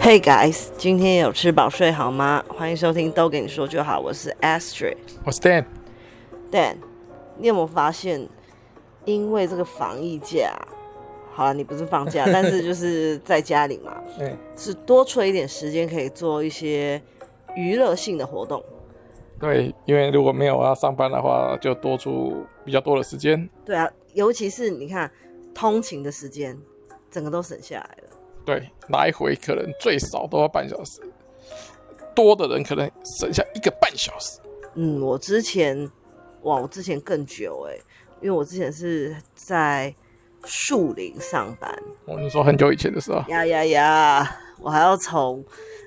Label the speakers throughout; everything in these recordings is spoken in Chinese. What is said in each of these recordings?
Speaker 1: Hey guys，今天有吃饱睡好吗？欢迎收听都给你说就好，我是 Astrid
Speaker 2: 我是 Dan，
Speaker 1: Dan。你有没有发现，因为这个防疫假，好了，你不是放假，但是就是在家里嘛，
Speaker 2: 嗯，
Speaker 1: 是多出了一点时间可以做一些娱乐性的活动。
Speaker 2: 对，因为如果没有要上班的话，就多出比较多的时间。
Speaker 1: 对啊，尤其是你看通勤的时间，整个都省下来了。
Speaker 2: 对，来回可能最少都要半小时，多的人可能省下一个半小时。
Speaker 1: 嗯，我之前，哇，我之前更久哎、因为我之前是在树林上班。
Speaker 2: 哦，你说很久以前的时候，
Speaker 1: 呀呀呀！我还要从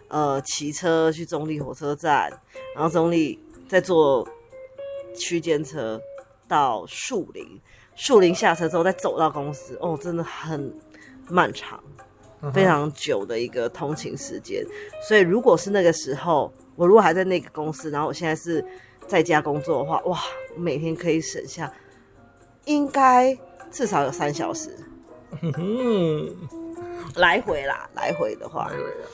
Speaker 1: 呃骑车去中立火车站，然后中立再坐区间车到树林，树林下车之后再走到公司。哦，真的很漫长，非常久的一个通勤时间。所以如果是那个时候，我如果还在那个公司，然后我现在是在家工作的话，哇，我每天可以省下应该至少有三小时。
Speaker 2: 嗯，
Speaker 1: 来回啦，来回的话
Speaker 2: 来，回啊。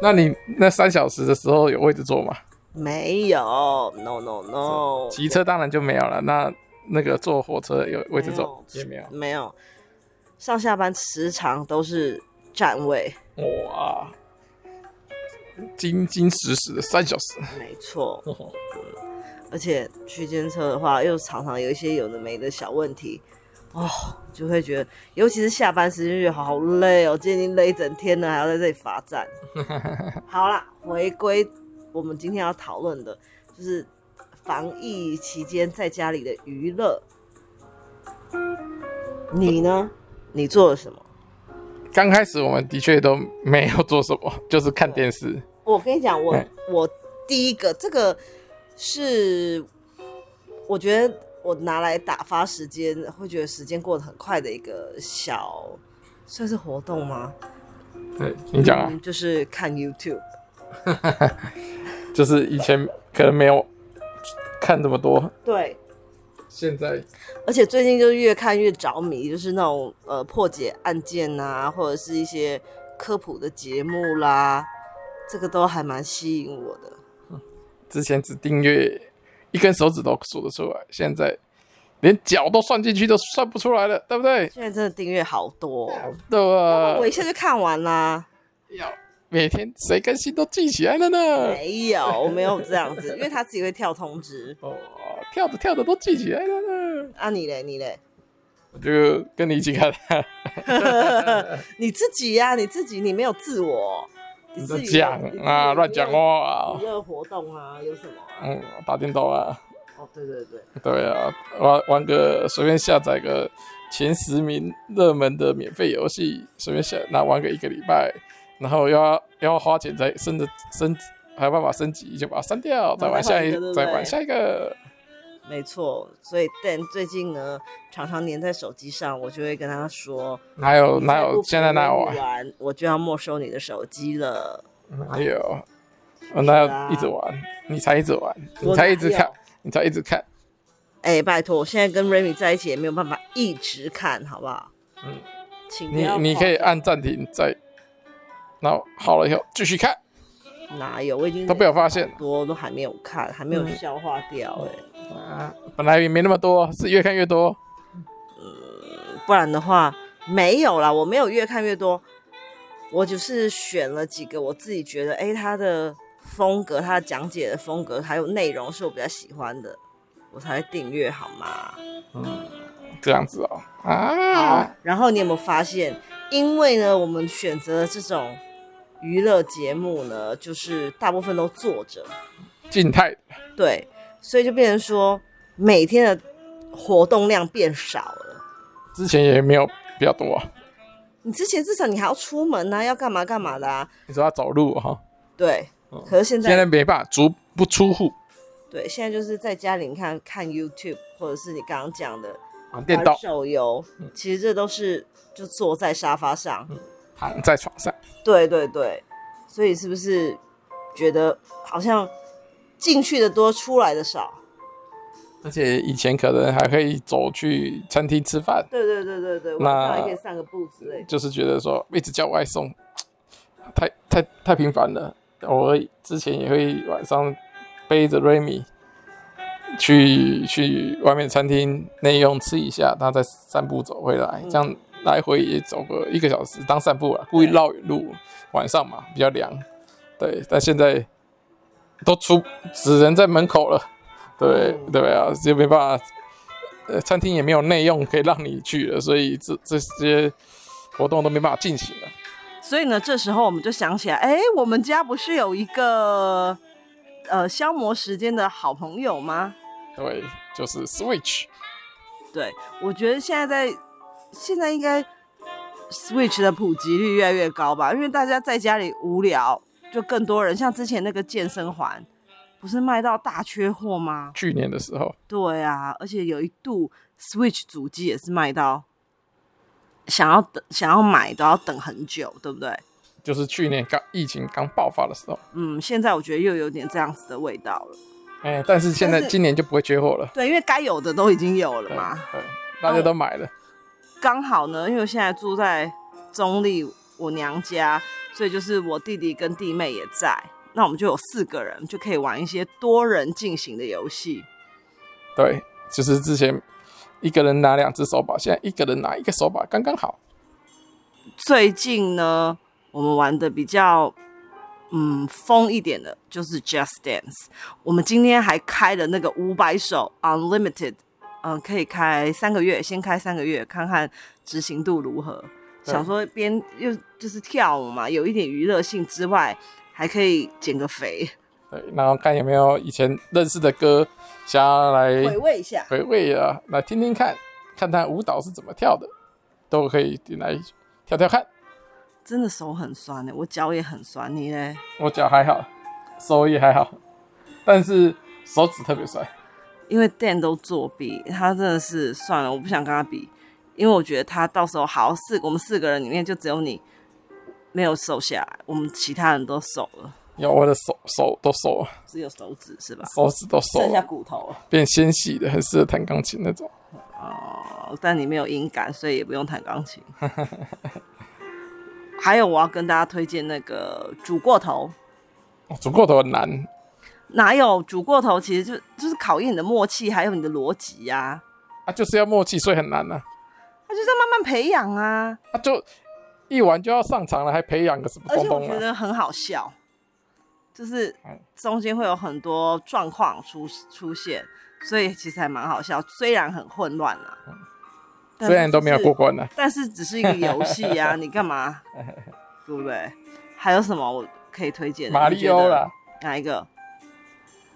Speaker 2: 那你那三小时的时候有位置坐吗？
Speaker 1: 没有，no no no，
Speaker 2: 骑车当然就没有了。那那个坐火车有位置坐
Speaker 1: 没有
Speaker 2: 也没有。
Speaker 1: 没有，上下班时常都是站位，
Speaker 2: 哇，金金实实的三小时。
Speaker 1: 没错。
Speaker 2: 哦
Speaker 1: 而且区间车的话，又常常有一些有的没的小问题，哦，就会觉得，尤其是下班时间，就觉得好累哦，今天已经累一整天了，还要在这里罚站。好啦，回归我们今天要讨论的，就是防疫期间在家里的娱乐。你呢？你做了什么？
Speaker 2: 刚开始我们的确都没有做什么， 就是看电视。
Speaker 1: 我跟你讲，我
Speaker 2: 对
Speaker 1: 我第一个这个是，我觉得我拿来打发时间，会觉得时间过得很快的一个小，算是活动吗？
Speaker 2: 对，你讲啊，
Speaker 1: 嗯，就是看 YouTube。
Speaker 2: 就是以前可能没有看这么多，
Speaker 1: 对，
Speaker 2: 现在
Speaker 1: 而且最近就越看越着迷，就是那种呃破解案件啊，或者是一些科普的节目啦，这个都还蛮吸引我的。
Speaker 2: 之前只订阅一根手指都数得出来，现在连脚都算进去都算不出来了，对不对？
Speaker 1: 现在真的订阅好多哦、
Speaker 2: 对啊
Speaker 1: 我，一下就看完啦。
Speaker 2: 要每天谁更新都记起来了呢？
Speaker 1: 没有，我没有这样子，因为他自己会跳通 知。
Speaker 2: 哦，跳着跳着都记起来了呢。
Speaker 1: 啊，你嘞，你嘞，
Speaker 2: 我就跟你一起看，
Speaker 1: 你自己呀、你自己，你没有自我，你
Speaker 2: 你
Speaker 1: 自
Speaker 2: 在
Speaker 1: 己
Speaker 2: 讲啊，乱讲。
Speaker 1: 娱
Speaker 2: 哦。
Speaker 1: 乐活动啊，有什么、啊？
Speaker 2: 嗯，打电动啊。
Speaker 1: 哦，对对对，
Speaker 2: 对啊，玩玩个随便下载个前十名热门的免费游戏，随便下那玩个一个礼拜，然后又要又要花钱再升的升，还有办法升级，就把它删掉，再玩下一
Speaker 1: 然后再
Speaker 2: 再
Speaker 1: 换一个对不对
Speaker 2: 玩下一个。
Speaker 1: 没错。所以 Dan 最近呢，常常黏在手机上，我就会跟他说，
Speaker 2: 哪有哪
Speaker 1: 你再不
Speaker 2: 有现在哪有啊
Speaker 1: 陪我
Speaker 2: 玩？
Speaker 1: 玩，我就要没收你的手机了。
Speaker 2: 哪有？我哪有一直玩？你才一直玩，你才一直
Speaker 1: 啊我哪
Speaker 2: 看
Speaker 1: 有，
Speaker 2: 你才一直看。
Speaker 1: 哎、拜托，我现在跟 Remy 在一起也没有办法一直看，好不好？
Speaker 2: 嗯，
Speaker 1: 请不
Speaker 2: 你
Speaker 1: 要
Speaker 2: 你可以
Speaker 1: 夸
Speaker 2: 按暂停再，然后好了以后继续看。
Speaker 1: 张哪有？我已经
Speaker 2: 都被我发现了
Speaker 1: 多都还没有看，还没有
Speaker 2: 嗯
Speaker 1: 消化掉、哎、
Speaker 2: 啊，本来也没那么多，是越看越多。
Speaker 1: 不然的话没有啦，我没有越看越多，我只是选了几个我自己觉得，哎、他的风格、他的讲解的风格还有内容是我比较喜欢的，我才会订阅好吗？
Speaker 2: 这样子哦，
Speaker 1: 好
Speaker 2: 啊，，
Speaker 1: 然后你有没有发现，因为呢，我们选择的这种娱乐节目呢，就是大部分都坐着，
Speaker 2: 静态的
Speaker 1: 对，所以就变成说每天的活动量变少了。
Speaker 2: 之前也没有比较多、啊。
Speaker 1: 你之前至少你还要出门
Speaker 2: 嗯
Speaker 1: 呐、要干嘛干嘛的啊。
Speaker 2: 你说要走路哈、
Speaker 1: 对，可是现在
Speaker 2: 哦现在没办法，足不出户，
Speaker 1: 对，现在就是在家里你看看 YouTube，或者是你刚刚讲的
Speaker 2: 玩啊电嗯动
Speaker 1: 玩，手游，其实这都是就坐在沙发上。
Speaker 2: 嗯躺在床上。
Speaker 1: 对对对，所以是不是觉得好像进去的多，出来的少？
Speaker 2: 而且以前可能还可以走去餐厅吃饭，
Speaker 1: 对对对对对，
Speaker 2: 那
Speaker 1: 晚上还可以散个步之类的。
Speaker 2: 就是觉得说一直叫外送，太太太频繁了。我之前也会晚上背着瑞米去去外面餐厅内用吃一下，然后再散步走回来，这样来回也走个一个小时当散步啊，故意绕远路，晚上嘛比较凉。对，但现在都出只能在门口了。对
Speaker 3: 嗯
Speaker 2: 对啊，就没办法，呃，餐厅也没有内用可以让你去了，所以这这些活动都没办法进行了。
Speaker 1: 所以呢，这时候我们就想起来，哎，我们家不是有一个呃消磨时间的好朋友吗？
Speaker 2: 对，就是 Switch。
Speaker 1: 对，我觉得现在在现在应该 Switch 的普及率越来越高吧，因为大家在家里无聊，就更多人像之前那个健身环，不是卖到大缺货吗？
Speaker 2: 去年的时候，
Speaker 1: 对啊，而且有一度 Switch 主机也是卖到想要等想要买都要等很久，对不对？
Speaker 2: 就是去年刚疫情刚爆发的时候。
Speaker 1: 嗯，现在我觉得又有点这样子的味道了。
Speaker 2: 哎，但是现在
Speaker 1: 但是
Speaker 2: 今年就不会缺货了。
Speaker 1: 对，因为该有的都已经有了
Speaker 2: 对
Speaker 1: 嘛。
Speaker 2: 对，大家都买了。
Speaker 1: 刚好呢，因为我现在住在中立我娘家，所以就是我弟弟跟弟妹也在，那我们就有四个人，就可以玩一些多人进行的游戏。
Speaker 2: 对，就是之前一个人拿两只手把，现在一个人拿一个手把刚刚好。
Speaker 1: 最近呢，我们玩的比较嗯疯一点的，就是 Just Dance。我们今天还开了那个五百首 Unlimited，嗯、可以开三个月，先开三个月看看执行度如何。
Speaker 2: 对
Speaker 1: 想说边又就是跳舞嘛，有一点娱乐性之外，还可以减个肥，
Speaker 2: 对，然后看有没有以前认识的歌，想要来
Speaker 1: 回味一下。
Speaker 2: 回味啊，来听听看，看他舞蹈是怎么跳的，都可以点来跳跳看。
Speaker 1: 真的手很酸呢、我脚也很酸，你嘞？
Speaker 2: 我脚还好，手也还好，但是手指特别酸。
Speaker 1: 因为 Dan 都作弊，他真的是算了，我不想跟他比，因为我觉得他到时候好四，我们四个人里面就只有你没有瘦下来，我们其他人都瘦了，
Speaker 2: 有我的手手都瘦了，
Speaker 1: 只有手指是吧？
Speaker 2: 手指都瘦
Speaker 1: 剩下
Speaker 2: 了，
Speaker 1: 骨头了。
Speaker 2: 变纤细的，很适合弹钢琴那种。
Speaker 1: 哦，但你没有音感，所以也不用弹钢琴。 还有，我要跟大家推荐那个煮过头，
Speaker 2: 哦煮过头很难，
Speaker 1: 哪有煮过头？其实就就是考验你的默契，还有你的逻辑呀、啊，
Speaker 2: 啊，就是要默契，所以很难呐、啊。
Speaker 1: 他就是要慢慢培养啊。
Speaker 2: 啊，就一玩就要上场了，还培养个什么
Speaker 1: 而
Speaker 2: 东
Speaker 1: 且我
Speaker 2: 东
Speaker 1: 觉
Speaker 2: 啊？
Speaker 1: 得很好笑，就是
Speaker 2: 嗯
Speaker 1: 中间会有很多状况出出现，所以其实还蛮好笑。虽然很混乱啊，但是
Speaker 2: 嗯虽然都没有
Speaker 1: 就是
Speaker 2: 过，关啊呢、
Speaker 1: 但是只是一个游戏 啊，你干嘛？对不对？还有什么我可以推荐的？
Speaker 2: 马
Speaker 1: 你
Speaker 2: 里
Speaker 1: 觉
Speaker 2: 欧
Speaker 1: 得
Speaker 2: 啦，
Speaker 1: 哪一个？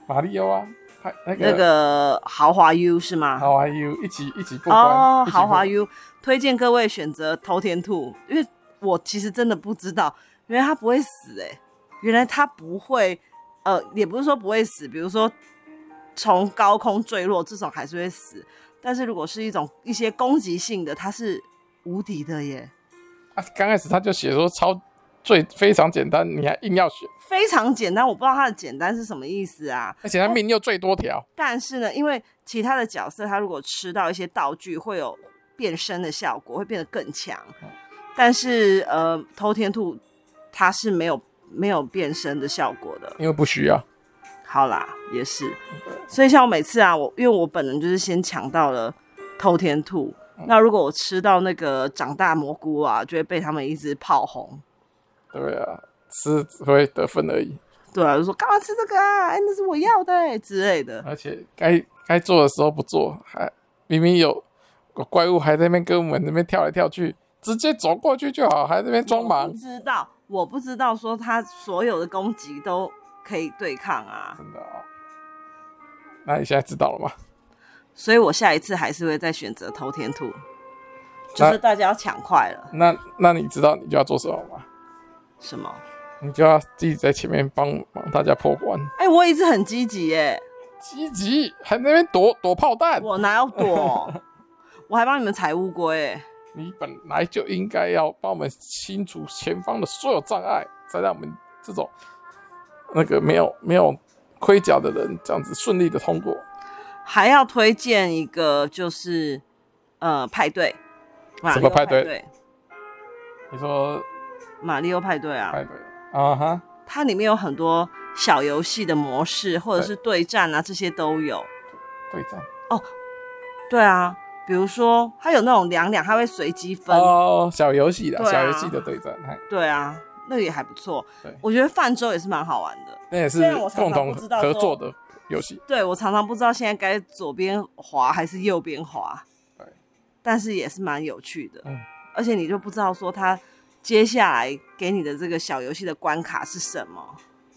Speaker 2: 马里欧啊，还那个
Speaker 1: 那个豪华 U 是吗？
Speaker 2: 豪华 U 一起一起过关
Speaker 1: 哦，
Speaker 2: 一起过
Speaker 1: 豪华 U 推荐各位选择头田兔，因为我其实真的不知道，原来它不会死哎、原来它不会，呃，也不是说不会死，比如说从高空坠落这种还是会死，但是如果是一种一些攻击性的，它是无敌的耶，
Speaker 2: 啊，刚开始他就写说超最非常简单，你还硬要选，
Speaker 1: 非常简单，我不知道它的简单是什么意思啊。
Speaker 2: 而且他命又最多条，
Speaker 1: 但是呢，因为其他的角色他如果吃到一些道具，会有变身的效果，会变得更强。但是呃，偷天兔它是没有没有变身的效果的。
Speaker 2: 因为不需要。
Speaker 1: 好啦，也是。所以像我每次啊，我因为我本人就是先抢到了偷天兔，那如果我吃到那个长大蘑菇啊，就会被他们一直炮轰。
Speaker 2: 对啊，吃只会得分而已，
Speaker 1: 对啊，就说干嘛吃这个啊？哎、那是我要的、欸、之类的。
Speaker 2: 而且该该做的时候不做，还明明有有怪物还在那边跟我们那边跳来跳去，直接走过去就好，还在那边装
Speaker 1: 我
Speaker 2: 忙
Speaker 1: 不，知道，我不知道说他所有的攻击都可以对抗啊，
Speaker 2: 真的啊、那你现在知道了吗？
Speaker 1: 所以我下一次还是会再选择偷天兔，就
Speaker 2: 那
Speaker 1: 是大家要抢快了，
Speaker 2: 那那你知道你就要做什么吗？
Speaker 1: 什么？
Speaker 2: 你就要自己在前面帮帮大家破关，
Speaker 1: 哎、我一直很积极耶，
Speaker 2: 积极还在那边躲躲炮弹，
Speaker 1: 我哪有 躲？我还帮你们踩乌龟哎，
Speaker 2: 你本来就应该要帮我们清除前方的所有障碍，才让我们这种那个没有没有盔甲的人这样子顺利的通过。
Speaker 1: 还要推荐一个就是呃派对，马
Speaker 2: 什
Speaker 1: 里奥
Speaker 2: 么派对
Speaker 1: 对？
Speaker 2: 你说
Speaker 1: 马里奥派对啊，
Speaker 2: 派对，啊哈，
Speaker 1: 它里面有很多小游戏的模式，或者是对战啊，这些都有。
Speaker 2: 对战
Speaker 1: 对啊，比如说它有那种两两，它会随机分。
Speaker 2: 哦，小游戏的，
Speaker 1: 对啊
Speaker 2: 小游戏的对战，哎嗨
Speaker 1: 对啊，那个也还不错
Speaker 2: 对。
Speaker 1: 我觉得泛舟也是蛮好玩的。
Speaker 2: 那也是
Speaker 1: 虽然我常常
Speaker 2: 共同
Speaker 1: 不知道
Speaker 2: 合
Speaker 1: 说
Speaker 2: 作的游戏。
Speaker 1: 对我常常不知道现在该左边滑还是右边滑，
Speaker 2: 对，
Speaker 1: 但是也是蛮有趣的，
Speaker 2: 嗯
Speaker 1: 而且你就不知道说他接下来给你的这个小游戏的关卡是什么，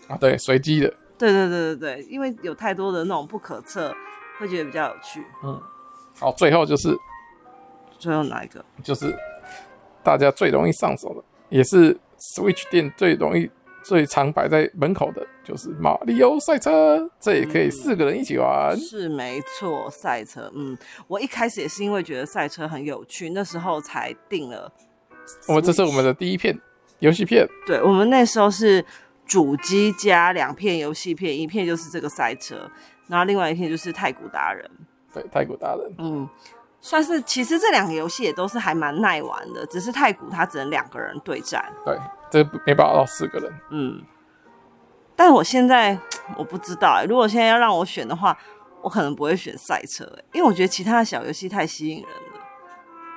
Speaker 2: 啊，对，随机的，
Speaker 1: 对对对对对，因为有太多的那种不可测，会觉得比较有趣。
Speaker 2: 嗯，好，最后就是
Speaker 1: 最后哪一个？
Speaker 2: 就是大家最容易上手的，也是 Switch 店最容易、最常摆在门口的，就是《马里奥赛车》，这也可以四个人一起玩。
Speaker 1: 是没错，赛车。嗯，我一开始也是因为觉得赛车很有趣，那时候才定了。
Speaker 2: 我们这是我们的第一片游戏片，
Speaker 1: 对，我们那时候是主机加两片游戏片，一片就是这个赛车，然后另外一片就是太古达人。
Speaker 2: 对，泰国达人，
Speaker 1: 嗯，算是其实这两个游戏也都是还蛮耐玩的，只是太古它只能两个人对战。
Speaker 2: 对，这没办法到四个人，
Speaker 1: 嗯，但我现在我不知道、欸，如果现在要让我选的话，我可能不会选赛车、欸，因为我觉得其他的小游戏太吸引人了。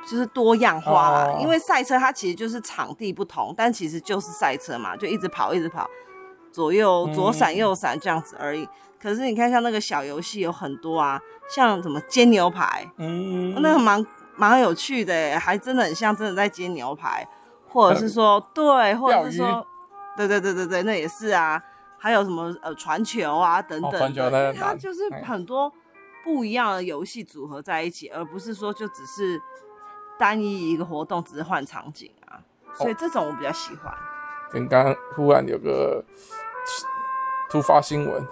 Speaker 1: 就是多样化啦，
Speaker 2: 哦
Speaker 1: 因为赛车它其实就是场地不同，但其实就是赛车嘛，就一直跑一直跑，左右左闪右闪这样子而已。可是你看像那个小游戏有很多啊，像什么煎牛排，
Speaker 2: 嗯
Speaker 1: 那个蛮蛮有趣的耶，还真的很像真的在煎牛排，或者是说对，或者是
Speaker 2: 嗯钓鱼
Speaker 1: 说，对对对对对，那也是啊。还有什么呃传球啊等等的，
Speaker 2: 哦传球那很
Speaker 1: 因为它
Speaker 2: 难
Speaker 1: 就是
Speaker 2: 哎
Speaker 1: 很多不一样的游戏组合在一起，而不是说就只是单一一个活动，只是换场景啊。所以
Speaker 2: 哦
Speaker 1: 这种我比较喜欢。
Speaker 2: 刚刚忽然有个突发新闻，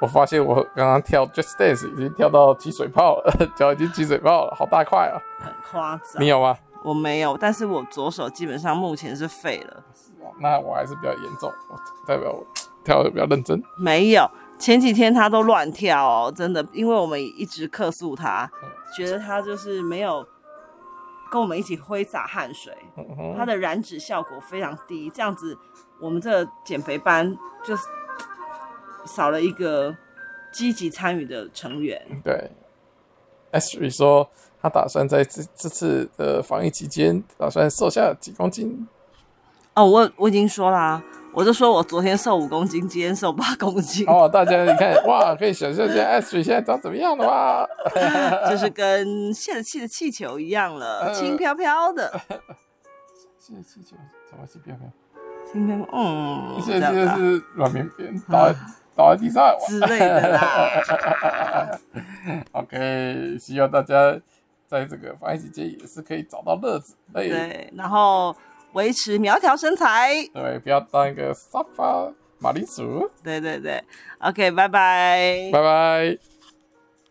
Speaker 2: 我发现我刚刚跳 Just Dance 已经跳到起水泡了，脚已经起水泡了，好大块啊！
Speaker 1: 很夸张
Speaker 2: 你，有吗？
Speaker 1: 我没有，但是我左手基本上目前是废了。
Speaker 2: 那我还是比较严重，我代表我跳的比较认真。
Speaker 1: 没有，前几天他都乱跳哦，真的，因为我们一直客诉他，觉得他就是没有跟我们一起挥洒汗水，
Speaker 2: 嗯哼
Speaker 1: 他的燃脂效果非常低，这样子我们这个减肥班就是少了一个积极参与的成员。
Speaker 2: 对，Ashley 说他打算在这这次的防疫期间，打算瘦下几公斤。
Speaker 1: 哦，我我已经说啦、我就说我昨天瘦五公斤，今天瘦八公斤，
Speaker 2: 哦，大家你看，哇，可以想象一下 Ashley 现在长怎么样了吧？
Speaker 1: 就是跟泄了气的气球一样了，
Speaker 2: 呃
Speaker 1: 轻飘飘的，
Speaker 2: 谢谢谢谢，怎么是飘飘？
Speaker 1: 轻飘飘，嗯，
Speaker 2: 现
Speaker 1: 这样
Speaker 2: 在
Speaker 1: 子啊
Speaker 2: 是软绵绵倒在倒在地上
Speaker 1: 之类的啦。
Speaker 2: OK，希望大家在这个防疫期间也是可以找到乐子，对
Speaker 1: 对，然后维持苗条身材。
Speaker 2: 对，不要当一个沙发马铃薯。
Speaker 1: 对对对，OK，拜拜。
Speaker 2: 拜拜。